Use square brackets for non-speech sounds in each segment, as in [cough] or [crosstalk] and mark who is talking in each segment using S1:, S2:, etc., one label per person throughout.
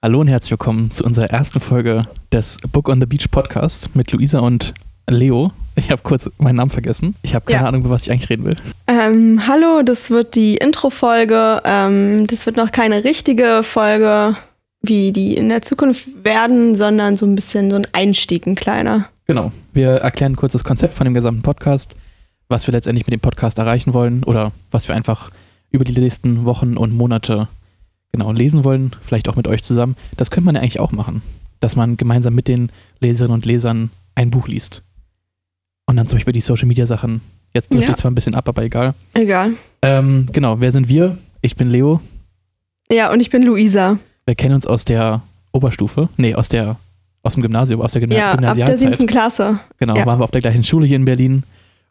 S1: Hallo und herzlich willkommen zu unserer ersten Folge des Book on the Beach Podcast mit Luisa und Leo. Ich habe kurz meinen Namen vergessen. Ich habe keine
S2: Ja.
S1: Ahnung, über was ich eigentlich reden will.
S2: Ähm, hallo, das wird die Intro-Folge. Ähm, das wird noch keine richtige Folge, wie die in der Zukunft werden, sondern so ein bisschen so ein Einstieg, ein kleiner.
S1: Genau. Wir erklären kurz das Konzept von dem gesamten Podcast, was wir letztendlich mit dem Podcast erreichen wollen oder was wir einfach über die nächsten Wochen und Monate genau lesen wollen, vielleicht auch mit euch zusammen. Das könnte man ja eigentlich auch machen, dass man gemeinsam mit den Leserinnen und Lesern ein Buch liest. Und dann zum Beispiel die Social-Media-Sachen. Jetzt driftet
S2: Ja.
S1: zwar ein bisschen ab, aber egal.
S2: Egal.
S1: Ähm, genau, wer sind wir? Ich bin Leo.
S2: Ja, und ich bin Luisa.
S1: Wir kennen uns aus der Oberstufe. Nee, aus der aus dem Gymnasium, aus der Gymna
S2: ja, ab der
S1: Gymnasialzeit.
S2: siebten Klasse.
S1: genau,
S2: ja.
S1: waren wir auf der gleichen Schule hier in Berlin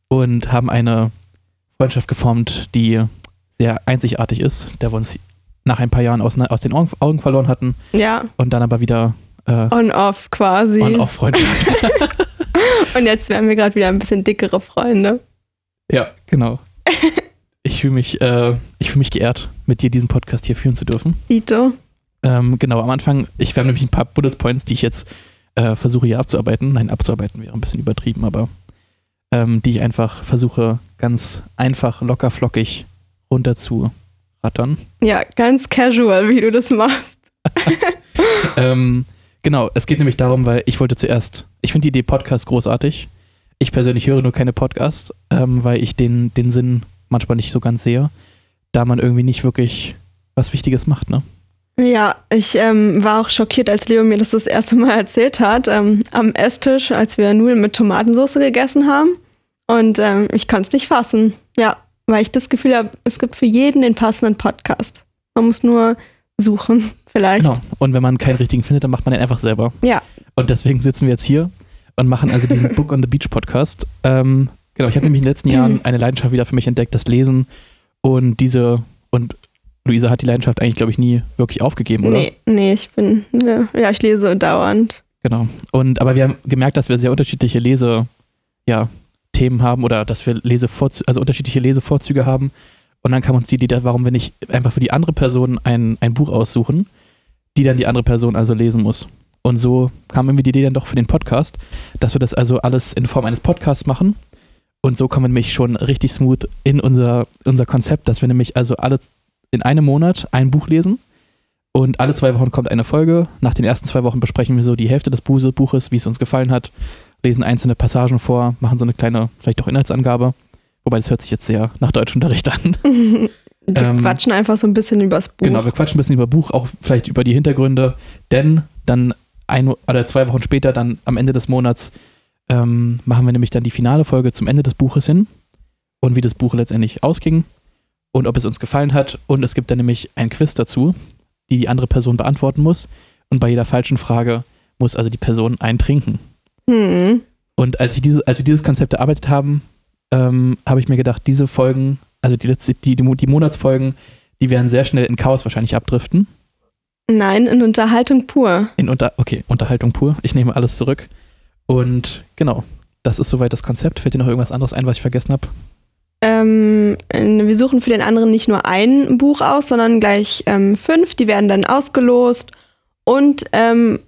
S1: und haben eine Freundschaft geformt, die sehr einzigartig ist, da wir uns nach ein paar Jahren aus, aus den Augen, Augen verloren hatten
S2: Ja,
S1: und dann aber wieder äh,
S2: on-off quasi.
S1: On-Off-Freundschaft.
S2: [laughs] Und jetzt werden wir gerade wieder ein bisschen dickere Freunde.
S1: ja,
S2: [laughs]
S1: genau. Ich fühle mich, äh, ich fühle mich geehrt, mit dir diesen Podcast hier führen zu dürfen.
S2: Dito.
S1: Ähm, genau, am Anfang, ich wir haben nämlich ein paar Bullet Points, die ich jetzt äh, versuche hier abzuarbeiten. Nein, abzuarbeiten wäre ein bisschen übertrieben, aber ähm, die ich einfach versuche, ganz einfach, locker, flockig runter zu rattern.
S2: Ja, ganz casual, wie du das machst.
S1: Ähm, genau, es geht nämlich darum, weil ich wollte zuerst, ich finde die Idee Podcast großartig. Ich persönlich höre nur keine Podcasts, ähm, weil ich den, den Sinn manchmal nicht so ganz sehe, da man irgendwie nicht wirklich was Wichtiges macht, ne?
S2: Ja, ich ähm, war auch schockiert, als Leo mir das das erste Mal [laughs] erzählt hat, ähm, am Esstisch, als wir Nudeln mit Tomatensauce gegessen haben. Und ähm, ich konnte es nicht fassen. Ja, weil ich das Gefühl habe, es gibt für jeden den passenden Podcast. Man muss nur suchen, [laughs] vielleicht.
S1: Genau. Und wenn man keinen richtigen findet, dann macht man den einfach selber.
S2: Ja.
S1: Und deswegen sitzen wir jetzt hier und machen also
S2: [laughs]
S1: diesen Book on the Beach Podcast. Ähm, genau, ich habe nämlich in den letzten
S2: [laughs]
S1: Jahren eine Leidenschaft wieder für mich entdeckt, das Lesen. Und diese, und Luisa hat die Leidenschaft eigentlich, glaube ich, nie wirklich aufgegeben, oder?
S2: Nee, nee, ich bin, ne, ja, ich lese dauernd. [laughs]
S1: Genau. Und aber wir haben gemerkt, dass wir sehr unterschiedliche Lese, ja, Themen haben oder dass wir Lesevorzüge, also unterschiedliche Lesevorzüge haben. Und dann kam uns die Idee, da- warum wir nicht einfach für die andere Person ein, ein Buch aussuchen, die dann die andere Person also lesen muss. Und so kam irgendwie die Idee dann doch für den Podcast, dass wir das also alles in Form eines Podcasts machen. Und so kommen wir nämlich schon richtig smooth in unser, unser Konzept, dass wir nämlich also alle in einem Monat ein Buch lesen und alle zwei Wochen kommt eine Folge. Nach den ersten zwei Wochen besprechen wir so die Hälfte des Buches, Buches wie es uns gefallen hat, lesen einzelne Passagen vor, machen so eine kleine, vielleicht auch Inhaltsangabe. Wobei das hört sich jetzt sehr nach Deutschunterricht an.
S2: Wir
S1: Ähm,
S2: quatschen einfach so ein bisschen übers Buch.
S1: Genau, wir quatschen ein bisschen über Buch, auch vielleicht über die Hintergründe, denn dann ein oder zwei Wochen später, dann am Ende des Monats, ähm, machen wir nämlich dann die finale Folge zum Ende des Buches hin und wie das Buch letztendlich ausging und ob es uns gefallen hat. Und es gibt dann nämlich ein Quiz dazu, die die andere Person beantworten muss. Und bei jeder falschen Frage muss also die Person eintrinken.
S2: Hm.
S1: Und als, ich diese, als wir dieses Konzept erarbeitet haben, ähm, habe ich mir gedacht, diese Folgen, also die, letzte, die, die, Mo- die Monatsfolgen, die werden sehr schnell in Chaos wahrscheinlich abdriften.
S2: Nein, in Unterhaltung pur.
S1: In unter okay, Unterhaltung pur. Ich nehme alles zurück. Und genau, das ist soweit das Konzept. Fällt dir noch irgendwas anderes ein, was ich vergessen habe?
S2: Ähm, wir suchen für den anderen nicht nur ein Buch aus, sondern gleich ähm, fünf. Die werden dann ausgelost. Und ähm,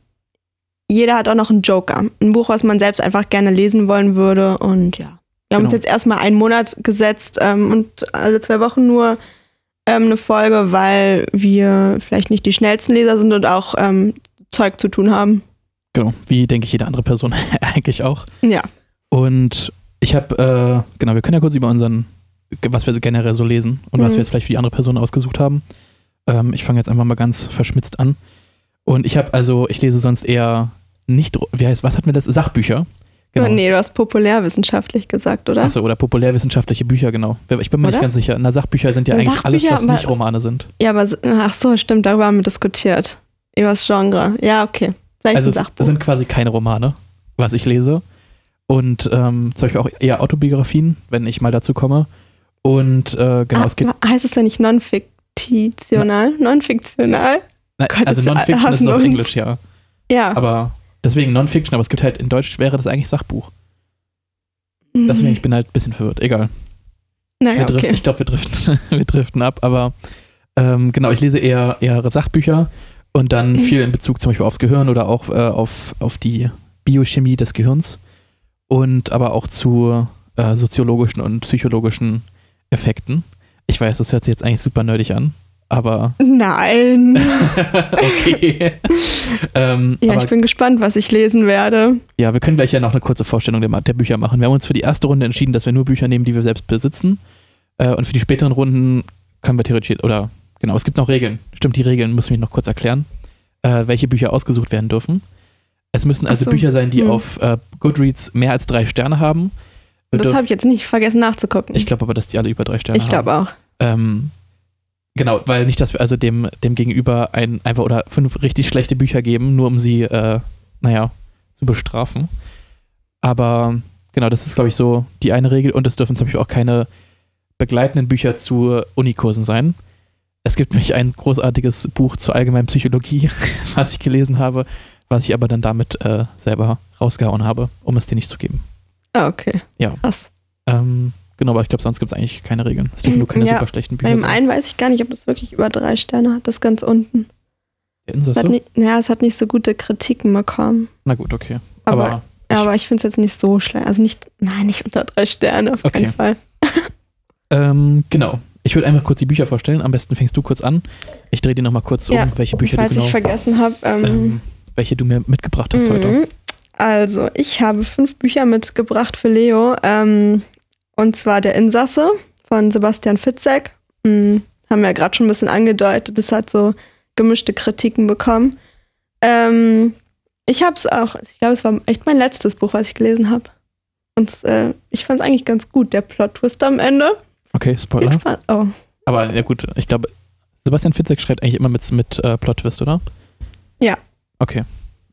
S2: jeder hat auch noch einen Joker. Ein Buch, was man selbst einfach gerne lesen wollen würde. Und ja. Wir haben uns
S1: Genau.
S2: jetzt erstmal einen Monat gesetzt ähm, und alle zwei Wochen nur ähm, eine Folge, weil wir vielleicht nicht die schnellsten Leser sind und auch ähm, Zeug zu tun haben.
S1: Genau, wie denke ich jede andere Person [laughs] eigentlich auch.
S2: Ja.
S1: Und ich habe, äh, genau, wir können ja kurz über unseren, was wir generell so lesen und was
S2: Mhm.
S1: wir jetzt vielleicht für die andere Person ausgesucht haben. Ähm, ich fange jetzt einfach mal ganz verschmitzt an. Und ich habe also, ich lese sonst eher nicht, wie heißt, was hatten wir das? Sachbücher. Genau.
S2: Nee, du hast populärwissenschaftlich gesagt, oder?
S1: Achso, oder populärwissenschaftliche Bücher, genau. Ich bin mir nicht
S2: Oder?
S1: ganz sicher. Na, Sachbücher sind ja
S2: Na,
S1: eigentlich
S2: Sachbücher,
S1: alles, was nicht
S2: aber-
S1: Romane sind.
S2: Ja, aber, ach so, stimmt, darüber haben wir diskutiert. Über das Genre. Ja, okay. Vielleicht
S1: Also
S2: ein
S1: es
S2: Sachbuch.
S1: sind quasi keine Romane, was ich lese. Und ähm, zum Beispiel auch eher Autobiografien, wenn ich mal dazu komme. Und äh, genau,
S2: ah,
S1: es gibt,
S2: heißt es ja nicht non-fiktional? Non-fiktional?
S1: na,
S2: Gott,
S1: also
S2: jetzt
S1: Non-Fiction ist
S2: hassen
S1: auf
S2: wir uns.
S1: Englisch, ja.
S2: Ja.
S1: Aber deswegen Non-Fiction, aber es gibt halt in Deutsch wäre das eigentlich Sachbuch.
S2: Mhm.
S1: Deswegen, ich bin halt ein bisschen verwirrt. Egal. Wir
S2: naja,
S1: drif-
S2: Ah, okay.
S1: [laughs] Ich glaube, wir driften, wir driften ab, aber ähm, genau, ich lese eher, eher Sachbücher Und dann
S2: Mhm.
S1: viel in Bezug zum Beispiel aufs Gehirn oder auch äh, auf, auf die Biochemie des Gehirns. Und aber auch zu äh, soziologischen und psychologischen Effekten. Ich weiß, das hört sich jetzt eigentlich super nerdig an,
S2: [laughs]
S1: aber [laughs]
S2: Nein.
S1: okay. ähm,
S2: Ja,
S1: aber
S2: ich bin gespannt, was ich lesen werde.
S1: ja, wir können gleich ja noch eine kurze Vorstellung der, der Bücher machen. Wir haben uns für die erste Runde entschieden, dass wir nur Bücher nehmen, die wir selbst besitzen. Äh, und für die späteren Runden können wir theoretisch, oder genau, es gibt noch Regeln. Stimmt, die Regeln müssen wir noch kurz erklären, äh, welche Bücher ausgesucht werden dürfen. Es müssen also
S2: Ach so.
S1: Bücher sein, die
S2: Hm.
S1: auf äh, Goodreads mehr als drei Sterne haben. Wir
S2: Das
S1: dürfen-
S2: habe ich jetzt nicht vergessen nachzugucken.
S1: ich glaube aber, dass die alle über drei Sterne
S2: Ich
S1: haben.
S2: glaube auch.
S1: Ähm, genau, weil nicht, dass wir also dem, dem Gegenüber ein, einfach oder fünf richtig schlechte Bücher geben, nur um sie, äh, naja, zu bestrafen. Aber genau, das ist, glaube ich, so die eine Regel. Und es dürfen zum Beispiel auch keine begleitenden Bücher zu Unikursen sein. Es gibt nämlich ein großartiges Buch zur allgemeinen Psychologie, [laughs] was ich gelesen habe, was ich aber dann damit äh, selber rausgehauen habe, um es dir nicht zu geben.
S2: Ah, okay.
S1: Ja.
S2: Krass.
S1: Ähm, genau, aber ich glaube, sonst gibt es eigentlich keine Regeln. Es dürfen nur keine
S2: Mhm, Ja,
S1: super schlechten
S2: Bei
S1: Bücher
S2: dem
S1: sein.
S2: einen weiß ich gar nicht, ob das wirklich über drei Sterne hat. Das ganz unten.
S1: Ist das
S2: Es hat,
S1: so?
S2: ni- ja, es hat nicht so gute Kritiken bekommen.
S1: Na gut, okay.
S2: Aber,
S1: Aber,
S2: aber, ich finde es jetzt nicht so schlecht. Also nicht, nein, nicht unter drei Sterne auf
S1: Okay.
S2: keinen Fall.
S1: ähm, genau. Ich würde einfach kurz die Bücher vorstellen. Am besten fängst du kurz an. Ich drehe dir nochmal kurz um,
S2: Ja,
S1: welche Bücher du
S2: Falls
S1: genau,
S2: ich vergessen habe. Ähm,
S1: ähm, welche du mir mitgebracht hast heute.
S2: mhm. also, ich habe fünf Bücher mitgebracht für Leo. Ähm, und zwar Der Insasse von Sebastian Fitzek. Mhm, haben wir ja gerade schon ein bisschen angedeutet. Das hat so gemischte Kritiken bekommen. Ähm, ich habe es auch, also ich glaube, es war echt mein letztes Buch, was ich gelesen habe. Und äh, ich fand es eigentlich ganz gut, der Plot-Twist am Ende.
S1: Okay,
S2: Viel
S1: Spoiler.
S2: Spaß. Oh,
S1: Aber ja gut, ich glaube, Sebastian Fitzek schreibt eigentlich immer mit, mit äh, Plot Twist, oder?
S2: Ja.
S1: Okay.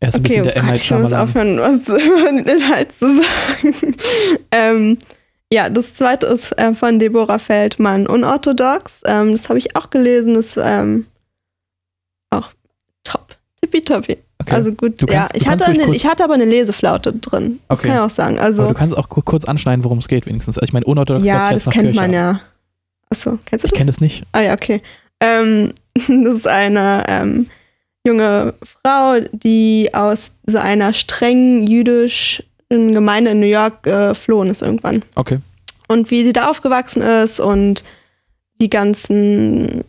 S1: Er ist ein
S2: okay,
S1: bisschen
S2: oh
S1: der M.
S2: Gott,
S1: Night
S2: ich muss
S1: Shyamalan.
S2: aufhören, was [laughs] über den Inhalt zu sagen. ähm, ja, das zweite ist äh, von Deborah Feldmann, Unorthodox. Ähm, das habe ich auch gelesen, ist ähm, auch top, tippitoppi.
S1: Okay.
S2: Also gut,
S1: Du kannst-
S2: ja. Ich
S1: du kannst
S2: hatte,
S1: ruhig
S2: eine,
S1: kurz-
S2: ich hatte aber eine Leseflaute drin. Das
S1: Okay.
S2: kann ich auch sagen.
S1: aber
S2: Also,
S1: du kannst auch ku- kurz anschneiden, worum es geht, wenigstens. Also ich meine, unorthodox hört
S2: ja,
S1: sich
S2: das
S1: jetzt nach
S2: kennt
S1: Kirche
S2: man
S1: an.
S2: ja. Achso, kennst du
S1: Ich
S2: das?
S1: kenne das nicht.
S2: Ah ja, okay. Ähm, [laughs] das ist eine ähm, junge Frau, die aus so einer strengen jüdischen Gemeinde in New York geflohen ist irgendwann.
S1: Okay.
S2: Und wie sie da aufgewachsen ist und die ganzen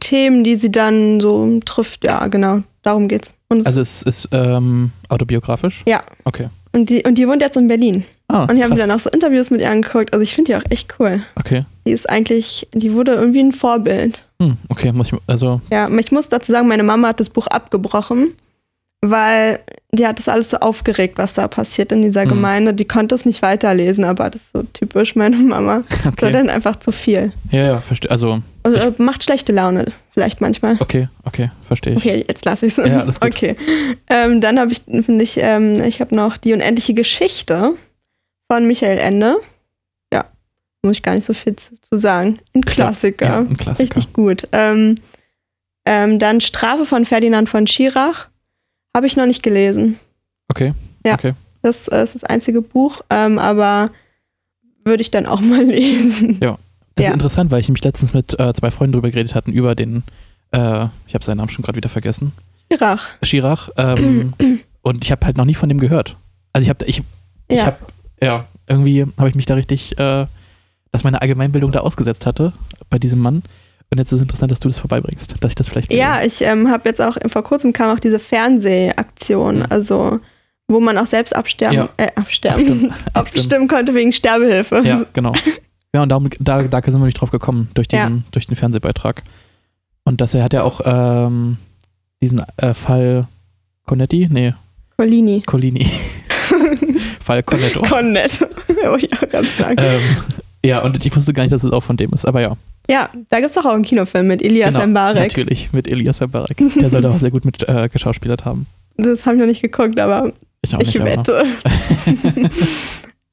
S2: Themen, die sie dann so trifft, ja, genau, darum geht's. Und, es,
S1: Also es ist ähm, autobiografisch.
S2: Ja.
S1: Okay.
S2: und, die, und die wohnt jetzt in Berlin.
S1: Ah,
S2: Und ich habe mir
S1: krass.
S2: dann auch so Interviews mit ihr angeguckt. Also ich finde die auch echt cool.
S1: Okay.
S2: Die ist eigentlich, die wurde irgendwie ein Vorbild.
S1: Hm, okay, muss ich, also
S2: Ja, ich muss dazu sagen, meine Mama hat das Buch abgebrochen, weil die hat das alles so aufgeregt, was da passiert in dieser
S1: Mhm.
S2: Gemeinde. Die konnte es nicht weiterlesen, aber das ist so typisch meine Mama. Okay.
S1: okay.
S2: dann einfach zu viel.
S1: Ja, ja, verstehe. Also
S2: Also, äh, macht schlechte Laune vielleicht manchmal.
S1: Okay, okay, verstehe ich.
S2: Okay, jetzt lasse ich es.
S1: Ja, alles gut.
S2: Okay. Ähm, dann habe ich, finde ich, ähm, ich habe noch die unendliche Geschichte von Michael Ende. Ja, muss ich gar nicht so viel zu, zu sagen. Ein Klassiker.
S1: Ja, ein Klassiker.
S2: Richtig gut. Ähm, ähm, dann Strafe von Ferdinand von Schirach. Habe ich noch nicht gelesen.
S1: Okay.
S2: Ja.
S1: Okay.
S2: Das äh, ist das einzige Buch, ähm, aber würde ich dann auch [laughs] mal lesen.
S1: Das
S2: Ja.
S1: ist interessant, weil ich mich letztens mit äh, zwei Freunden drüber geredet hatten über den, äh, ich habe seinen Namen schon gerade wieder vergessen,
S2: Schirach.
S1: Schirach.
S2: [clears throat]
S1: Ähm, und ich habe halt noch nie von dem gehört. Also ich habe, ich, ich
S2: Ja.
S1: habe, ja, irgendwie habe ich mich da richtig, äh, dass meine Allgemeinbildung da ausgesetzt hatte bei diesem Mann. Und jetzt ist es interessant, dass du das vorbeibringst, dass ich das vielleicht.
S2: Ja, ich ähm, habe jetzt auch vor kurzem kam auch diese Fernsehaktion,
S1: Mhm.
S2: also wo man auch selbst absterben,
S1: Ja.
S2: äh, absterben,
S1: Abstimmen.
S2: [laughs] abstimmen. konnte wegen Sterbehilfe.
S1: Ja, genau. Ja, und darum, da, da sind wir nicht drauf gekommen, durch,
S2: Ja.
S1: diesen, durch den Fernsehbeitrag. Und dass er hat ja auch ähm, diesen äh, Fall Conetti? Nee,
S2: [laughs] Collini. [laughs]
S1: Collini. Fall Cornetto.
S2: Cornetto. [laughs] wollte ich auch gerade sagen.
S1: ähm, ja, und ich wusste gar nicht, dass es auch von dem ist. Aber ja,
S2: Ja, da gibt es auch einen Kinofilm mit Elias
S1: genau,
S2: Mbarek.
S1: natürlich, mit Elias Mbarek. Der soll da auch sehr gut mit äh, geschauspielert haben.
S2: Das habe ich noch nicht geguckt, aber
S1: Ich auch
S2: ich
S1: nicht. aber-
S2: wette. [laughs]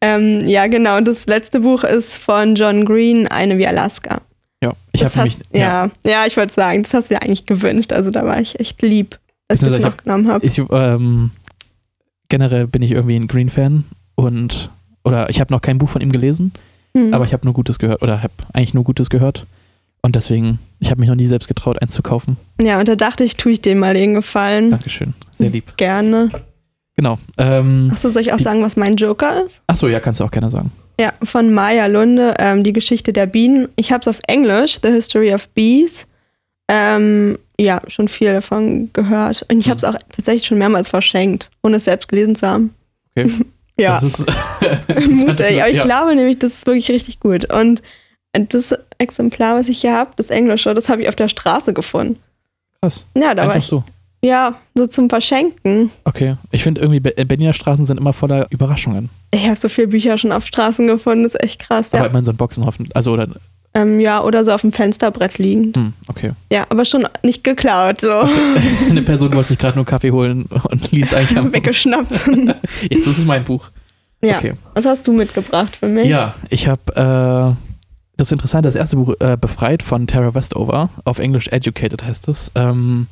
S2: ähm, ja, genau. Und das letzte Buch ist von John Green, Eine wie Alaska.
S1: Ja, ich
S2: Das
S1: habe mich.
S2: hast, ja. Ja, ich wollte sagen, das hast du dir eigentlich gewünscht. Also da war ich echt lieb, dass ich das
S1: Beziehungsweise ich hab-
S2: nachgenommen habe.
S1: Ich, ähm, generell bin ich irgendwie ein Green-Fan und. Oder ich habe noch kein Buch von ihm gelesen.
S2: Hm.
S1: aber ich habe nur Gutes gehört oder habe eigentlich nur Gutes gehört Und deswegen, ich habe mich noch nie selbst getraut, eins zu kaufen.
S2: Ja, und da dachte ich, tue ich dem mal den Gefallen.
S1: Dankeschön. Sehr lieb.
S2: Gerne.
S1: Genau. Ähm,
S2: Achso, soll ich auch sagen, was mein Joker ist?
S1: achso, ja, kannst du auch gerne sagen.
S2: Ja, von Maya Lunde, ähm, die Geschichte der Bienen. Ich habe es auf Englisch, The History of Bees. Ähm, ja, schon viel davon gehört. Und ich
S1: Hm.
S2: habe es auch tatsächlich schon mehrmals verschenkt, ohne es selbst gelesen zu haben.
S1: Okay.
S2: [laughs] ja.
S1: Also, Das ist [laughs]
S2: Mut, ey. Aber ich
S1: Ja.
S2: glaube nämlich, das ist wirklich richtig gut. Und das Exemplar, was ich hier habe, das Englische, das habe ich auf der Straße gefunden.
S1: Krass.
S2: Ja, da war
S1: Einfach
S2: ich.
S1: so.
S2: Ja, so zum Verschenken.
S1: Okay. Ich finde irgendwie, Be- Berliner Straßen sind immer voller Überraschungen.
S2: Ich habe so viele Bücher schon auf Straßen gefunden, das ist echt krass.
S1: Aber
S2: Ja,
S1: immer in so einem Boxen hoffentlich. Also, oder.
S2: ähm, ja oder so auf dem Fensterbrett liegend.
S1: Hm, okay. [laughs]
S2: Ja, aber schon nicht geklaut, so
S1: Eine Person wollte sich gerade nur Kaffee holen und liest eigentlich
S2: [laughs]
S1: am [laughs]
S2: weggeschnappt.
S1: Jetzt ist es mein Buch.
S2: ja,
S1: Okay.
S2: was hast du mitgebracht für mich?
S1: Ja, ich habe äh, das ist interessant, das erste Buch äh, Befreit von Tara Westover, auf Englisch Educated heißt es, ähm,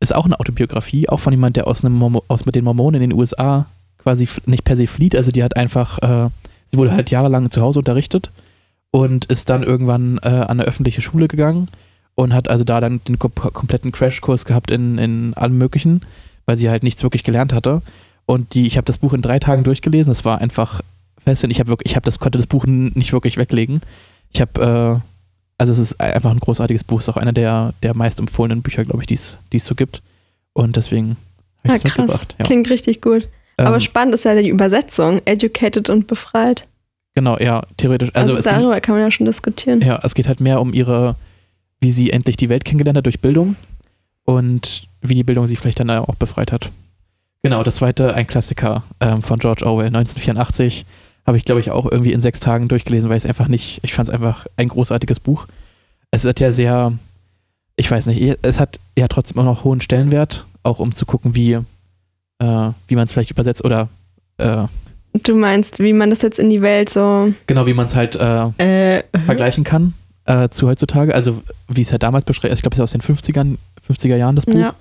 S1: ist auch eine Autobiografie, auch von jemand, der aus, einem Mormo- aus mit den Mormonen in den USA quasi f- nicht per se flieht, also die hat einfach, äh, sie wurde halt jahrelang zu Hause unterrichtet und ist dann irgendwann äh, an eine öffentliche Schule gegangen und hat also da dann den kom kompletten Crashkurs gehabt in, in allem möglichen, weil sie halt nichts wirklich gelernt hatte. Und die, ich habe das Buch in drei Tagen durchgelesen, es war einfach fesseln. Ich habe wirklich, ich habe das konnte das Buch n- nicht wirklich weglegen. Ich habe, äh, also es ist ein- einfach ein großartiges Buch. Ist auch einer der der meist empfohlenen Bücher, glaube ich, die es die es so gibt. Und deswegen habe ich
S2: Ah,
S1: es
S2: krass.
S1: mitgebracht. Ja.
S2: Klingt richtig gut.
S1: Ähm,
S2: aber spannend ist ja die Übersetzung, educated und befreit.
S1: genau, ja, theoretisch. Also,
S2: Also,
S1: es, geht,
S2: darüber kann man ja schon diskutieren.
S1: ja, es geht halt mehr um ihre, wie sie endlich die Welt kennengelernt hat durch Bildung und wie die Bildung sie vielleicht dann auch befreit hat. Genau, das zweite, ein Klassiker ähm, von George Orwell, 1984. Habe ich, glaube ich, auch irgendwie in sechs Tagen durchgelesen, weil ich es einfach nicht, ich fand es einfach ein großartiges Buch. Es hat ja sehr, ich weiß nicht, es hat ja trotzdem auch noch hohen Stellenwert, auch um zu gucken, wie, äh, wie man es vielleicht übersetzt oder äh,
S2: Du meinst, wie man das jetzt in die Welt so
S1: genau, wie man es halt äh,
S2: äh,
S1: vergleichen kann äh, zu heutzutage. Also wie es ja damals beschrieben, ich glaube, es ist aus den 50ern, 50er Jahren das Buch.
S2: ja,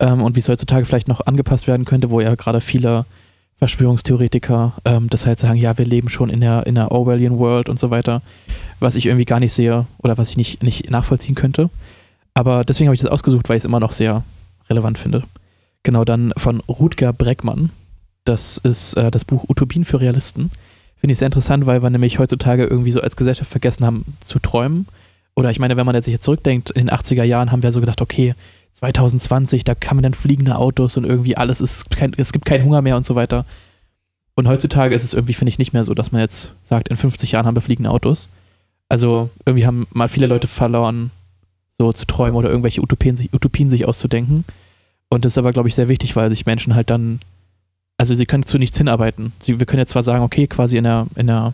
S1: Ähm, und wie es heutzutage vielleicht noch angepasst werden könnte, wo ja gerade viele Verschwörungstheoretiker ähm, das halt sagen, ja, wir leben schon in der, in der Orwellian World und so weiter, was ich irgendwie gar nicht sehe oder was ich nicht, nicht nachvollziehen könnte. Aber deswegen habe ich das ausgesucht, weil ich es immer noch sehr relevant finde. Genau, dann von Rutger Breckmann. Das ist äh, das Buch Utopien für Realisten. Finde ich sehr interessant, weil wir nämlich heutzutage irgendwie so als Gesellschaft vergessen haben zu träumen. Oder ich meine, wenn man jetzt sich jetzt zurückdenkt, in den 80er Jahren haben wir so gedacht, okay, 2020, da kann man dann fliegende Autos und irgendwie alles ist kein, es gibt keinen Hunger mehr und so weiter. Und heutzutage ist es irgendwie, finde ich, nicht mehr so, dass man jetzt sagt, in 50 Jahren haben wir fliegende Autos. Also irgendwie haben mal viele Leute verloren, so zu träumen oder irgendwelche Utopien sich, Utopien sich auszudenken. Und das ist aber, glaube ich, sehr wichtig, weil sich Menschen halt dann, also sie können zu nichts hinarbeiten. Sie, wir können jetzt zwar sagen, okay, quasi in der, in der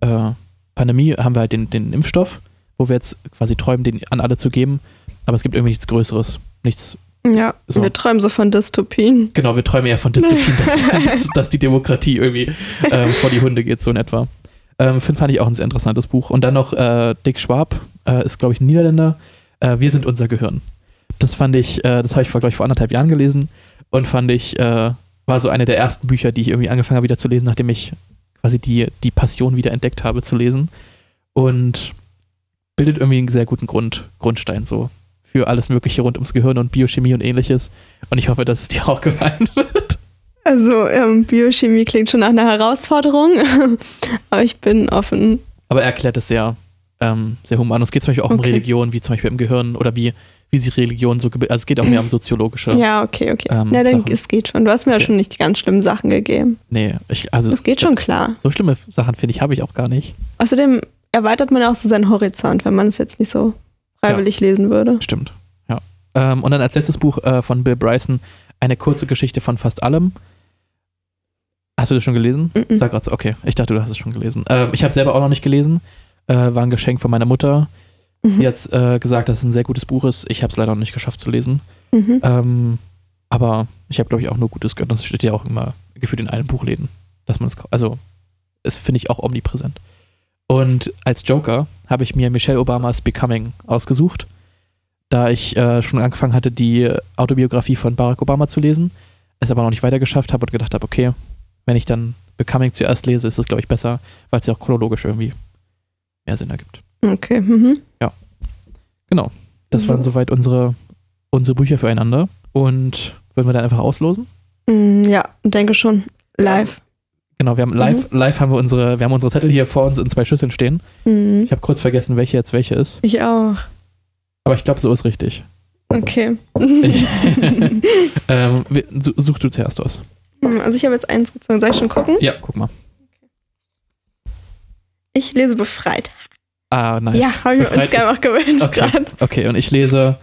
S1: äh, Pandemie haben wir halt den, den Impfstoff, wo wir jetzt quasi träumen, den an alle zu geben, aber es gibt irgendwie nichts Größeres, nichts
S2: ja.
S1: So.
S2: wir träumen so von Dystopien.
S1: Genau, wir träumen eher von Dystopien, dass, dass, dass die Demokratie irgendwie ähm, vor die Hunde geht, so in etwa. Ähm, Finn fand ich auch ein sehr interessantes Buch. Und dann noch äh, Dick Schwab, äh, ist glaube ich ein Niederländer. Äh, Wir sind unser Gehirn. Das fand ich, äh, das habe ich vor, glaube ich, vor anderthalb Jahren gelesen und fand ich, äh, war so eine der ersten Bücher, die ich irgendwie angefangen habe wieder zu lesen, nachdem ich quasi die, die Passion wieder entdeckt habe zu lesen. Und bildet irgendwie einen sehr guten Grund, Grundstein so für alles Mögliche rund ums Gehirn und Biochemie und ähnliches. Und ich hoffe, dass es dir auch gefallen [laughs] wird.
S2: Also ähm, Biochemie klingt schon nach einer Herausforderung, [laughs] aber ich bin offen.
S1: Aber er erklärt es sehr, ähm, sehr human. Und es geht zum Beispiel auch um
S2: Okay.
S1: Religion, wie zum Beispiel im Gehirn oder wie, wie sich Religion so gebildet. Also es geht auch mehr um soziologische.
S2: Ja, okay, okay.
S1: Ähm,
S2: Na, dann
S1: Sachen.
S2: es geht schon. Du hast mir
S1: Okay.
S2: ja schon nicht die ganz schlimmen Sachen gegeben.
S1: Nee, ich, also
S2: Das geht schon klar.
S1: so schlimme Sachen, finde ich, habe ich auch gar nicht.
S2: Außerdem erweitert man auch so seinen Horizont, wenn man es jetzt nicht so freiwillig lesen würde.
S1: Stimmt, ja. Ähm, und dann als letztes Buch äh, von Bill Bryson, eine kurze Geschichte von fast allem. Hast du das schon gelesen?
S2: Mhm.
S1: Sag grad so, okay. Ich dachte, du hast es schon gelesen. Ähm, ich habe selber auch noch nicht gelesen. Äh, war ein Geschenk von meiner Mutter.
S2: Mhm.
S1: Sie hat äh, gesagt, dass es ein sehr gutes Buch ist. Ich habe es leider noch nicht geschafft zu lesen.
S2: Mhm.
S1: Ähm, aber ich habe, glaube ich, auch nur Gutes gehört. Und es steht ja auch immer gefühlt in allen Buchläden, dass man es kauft. Also, es finde ich auch omnipräsent. Und als Joker habe ich mir Michelle Obamas Becoming ausgesucht, da ich äh, schon angefangen hatte, die Autobiografie von Barack Obama zu lesen, es aber noch nicht weiter geschafft habe und gedacht habe, okay, wenn ich dann Becoming zuerst lese, ist das, glaube ich, besser, weil es ja auch chronologisch irgendwie mehr Sinn ergibt.
S2: Okay. Mhm.
S1: Genau. Das
S2: So.
S1: waren soweit unsere, unsere Bücher füreinander. Und wollen wir dann einfach auslosen?
S2: Mm, ja, denke schon. Live.
S1: Genau,
S2: Mhm.
S1: wir haben live, live haben wir unsere, wir haben unsere Zettel hier vor uns in zwei Schüsseln stehen.
S2: Mhm.
S1: Ich habe kurz vergessen, welche jetzt welche ist.
S2: Ich auch.
S1: Aber ich glaube, so ist richtig.
S2: Okay. [laughs]
S1: Ich, [laughs] ähm, wir- su- such du zuerst aus.
S2: Also ich habe jetzt eins gezogen. Soll ich schon gucken?
S1: Ja, guck mal.
S2: Ich lese befreit.
S1: Ah, nice.
S2: Ja, habe ich mir
S1: Befreit
S2: uns gerne
S1: ist-
S2: auch gewünscht
S1: Okay.
S2: gerade.
S1: Okay, und ich lese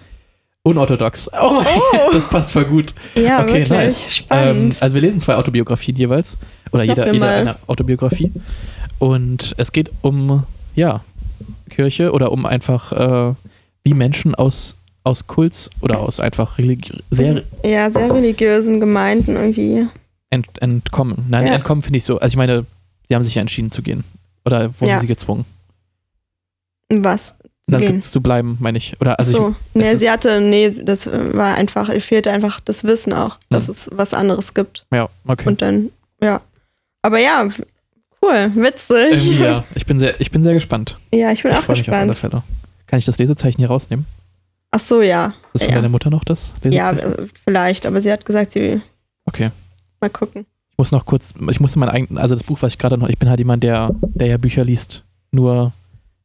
S1: unorthodox. Oh, [laughs]
S2: Oh.
S1: das passt voll gut. Okay,
S2: Ja, Ah, wirklich.
S1: nice. Ähm,
S2: Spannend.
S1: also wir lesen zwei Autobiografien jeweils. Oder
S2: Sag
S1: jeder,
S2: mir
S1: jeder
S2: mal.
S1: eine Autobiografie. Und es geht um, ja, Kirche oder um einfach, äh, wie Menschen aus, aus Kults oder aus einfach religi-
S2: Mhm.
S1: sehr
S2: ja, sehr religiösen Gemeinden irgendwie.
S1: ent entkommen. Nein,
S2: Ja.
S1: entkommen finde ich so. Also ich meine, sie haben sich ja entschieden zu gehen. Oder wurden
S2: Ja.
S1: sie gezwungen?
S2: Was? Zu
S1: Dann
S2: gehen.
S1: zu bleiben, meine ich. Oder also
S2: so.
S1: es
S2: Nee,
S1: ist-
S2: sie hatte, nee, das war einfach, ihr fehlte einfach das Wissen auch, dass es was anderes gibt.
S1: ich. Ja, Hm. okay.
S2: Und dann, ja. Aber ja, w- cool, witzig.
S1: Ähm, ja, ich bin sehr, ich bin sehr gespannt.
S2: [laughs] Ja, ich bin
S1: Ich
S2: auch
S1: freue mich auf alle
S2: gespannt.
S1: Fälle. Kann ich das Lesezeichen hier rausnehmen?
S2: Ach so, ja.
S1: Ist das von
S2: Ja.
S1: deiner Mutter noch das Lesezeichen?
S2: Ja, also vielleicht, aber sie hat gesagt, sie will
S1: Okay.
S2: mal gucken.
S1: Ich muss noch kurz, ich muss mein eigenes, also das Buch, was ich gerade noch, ich bin halt jemand, der, der ja Bücher liest, nur,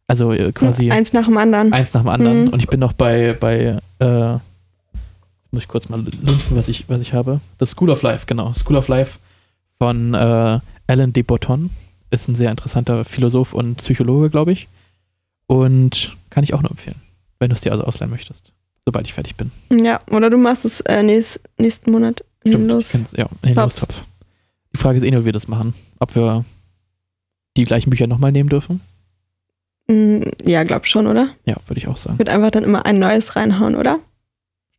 S1: also äh, quasi eins,
S2: Eins nach dem anderen.
S1: nach dem anderen.
S2: Mhm.
S1: Und ich bin noch bei, bei, äh, muss ich kurz mal lunzen, was ich, was ich habe. The School of Life, genau. School of Life von äh, Alan de Botton. Ist ein sehr interessanter Philosoph und Psychologe, glaube ich. Und kann ich auch nur empfehlen, wenn du es dir also ausleihen möchtest, sobald ich fertig bin.
S2: Ja, oder du machst es äh, nächst, nächsten Monat
S1: Stimmt, genau. ich
S2: los.
S1: kenn's, ja, in den
S2: Topf.
S1: Lostopf. Die Frage ist eh nur, wie wir das machen. Ob wir die gleichen Bücher nochmal nehmen dürfen?
S2: Mm, Ja, glaub schon, oder?
S1: Ja, würde ich auch sagen.
S2: Wird einfach dann immer ein neues reinhauen, oder?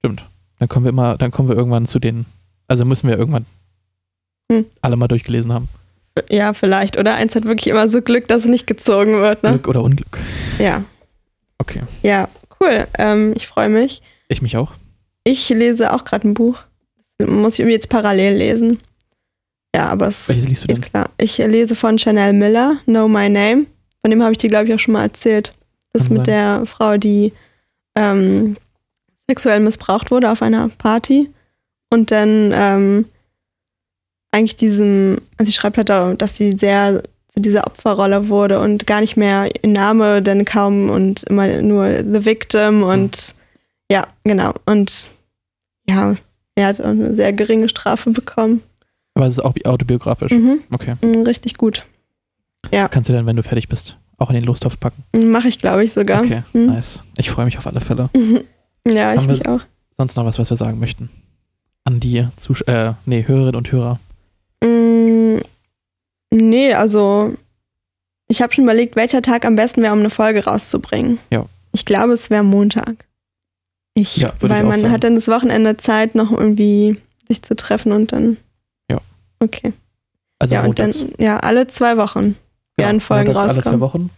S1: Dann kommen wir immer, dann kommen wir irgendwann zu den, also müssen wir irgendwann
S2: Hm.
S1: alle mal durchgelesen haben.
S2: Ja, vielleicht. Oder eins hat wirklich immer so Glück, dass es nicht gezogen wird, ne?
S1: Glück oder Unglück.
S2: Ja.
S1: Okay.
S2: Ja, cool. Ähm, ich freue mich.
S1: Ich mich auch.
S2: Ich lese auch gerade ein Buch. Das muss ich irgendwie jetzt parallel lesen. Ja, aber es
S1: Welches liest du
S2: geht
S1: denn?
S2: klar. Ich lese von Chanel Miller, Know My Name. Von dem habe ich dir, glaube ich, auch schon mal erzählt. Das
S1: Kann
S2: mit der Frau, die ähm, sexuell missbraucht wurde auf einer Party. Und dann ähm, eigentlich diesem, also sie schreibt halt, da, dass sie sehr zu dieser Opferrolle wurde und gar nicht mehr ihr Name denn kaum und immer nur The Victim und ja, genau. Und ja, er hat auch eine sehr geringe Strafe bekommen.
S1: Aber es ist auch bi- autobiografisch.
S2: Mhm,
S1: Okay.
S2: mhm, richtig gut. Ja.
S1: Das kannst du dann, wenn du fertig bist, auch in den Lostopf packen.
S2: Mache ich, glaube ich, sogar.
S1: Okay,
S2: Mhm.
S1: nice. Ich freue mich auf alle Fälle.
S2: Mhm. [laughs] Ja, ich
S1: Haben wir-
S2: mich auch.
S1: Sonst noch was, was wir sagen möchten? An die Zusch äh, nee, Hörerinnen und Hörer.
S2: Mm, nee, also ich habe schon überlegt, welcher Tag am besten wäre, um eine Folge rauszubringen.
S1: Ja.
S2: Ich glaube, es wäre Montag. Ich,
S1: Ja, würde
S2: weil
S1: ich auch
S2: man
S1: sagen.
S2: hat dann das Wochenende Zeit, noch irgendwie sich zu treffen und dann.
S1: Ja.
S2: Okay.
S1: Also
S2: ja, und
S1: montags.
S2: dann, ja, alle zwei Wochen.
S1: Genau,
S2: werden Folgen
S1: montags alle zwei
S2: rauskommen.
S1: Wochen.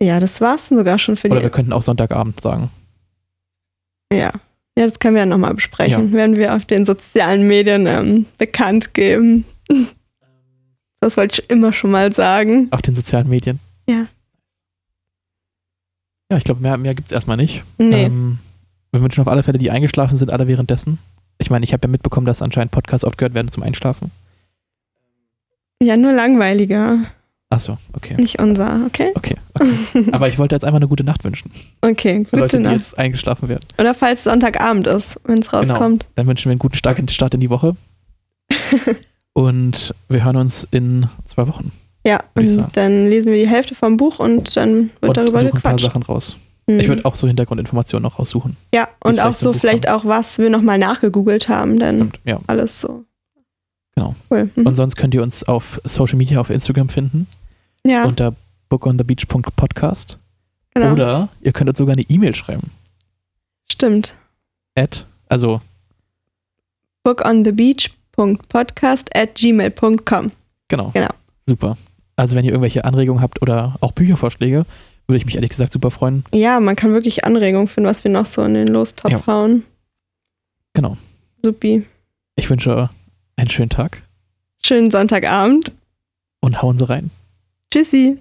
S2: Ja, das war's dann sogar schon für
S1: Oder wir
S2: die.
S1: könnten auch Sonntagabend sagen.
S2: Ja. Ja, das können wir dann nochmal besprechen. Werden wir auf den sozialen Medien ähm, bekannt geben. Das wollte ich immer schon mal sagen.
S1: Ähm, Auf den sozialen Medien.
S2: Ja.
S1: Ja, ich glaube, mehr, mehr gibt es erstmal nicht.
S2: Nee.
S1: Ähm, wir wünschen auf alle Fälle, die eingeschlafen sind, alle währenddessen. Ich meine, ich habe ja mitbekommen, dass anscheinend Podcasts oft gehört werden zum Einschlafen.
S2: Ja, nur langweiliger.
S1: Achso, okay.
S2: Nicht unser, okay?
S1: Okay. okay.
S2: [laughs]
S1: Aber ich wollte jetzt einfach eine gute Nacht wünschen.
S2: Okay,
S1: Für
S2: gute
S1: Leute, die
S2: Nacht.
S1: jetzt eingeschlafen werden.
S2: Oder falls Sonntagabend ist, wenn es
S1: Genau.
S2: rauskommt. [laughs]
S1: Dann wünschen wir einen guten starken Start in die Woche. Und wir hören uns in zwei Wochen.
S2: Ja,
S1: Würde ich sagen.
S2: und dann lesen wir die Hälfte vom Buch und dann wird
S1: und
S2: darüber
S1: suchen ein paar
S2: gequatscht.
S1: Sachen raus.
S2: Mhm.
S1: Ich würde auch so Hintergrundinformationen noch raussuchen.
S2: ja, und auch
S1: vielleicht so
S2: so
S1: Buch
S2: vielleicht auch, was wir nochmal nachgegoogelt haben, denn
S1: Stimmt, ja.
S2: alles so.
S1: Genau.
S2: Cool. Mhm.
S1: Und sonst könnt ihr uns auf Social Media, auf Instagram finden,
S2: ja,
S1: unter bookonthebeach.podcast.
S2: Ah. genau.
S1: Oder ihr könnt uns sogar eine E-Mail schreiben.
S2: Stimmt.
S1: At, also
S2: Bookonthebeach.podcast at gmail.com.
S1: genau.
S2: Genau.
S1: Super. Also wenn ihr irgendwelche Anregungen habt oder auch Büchervorschläge, würde ich mich ehrlich gesagt super freuen.
S2: Ja, man kann wirklich Anregungen finden, was wir noch so in den Lostopf
S1: Ja.
S2: hauen.
S1: Genau.
S2: Supi.
S1: Ich wünsche einen schönen Tag
S2: Schönen Sonntagabend.
S1: und hauen Sie rein.
S2: Tschüssi.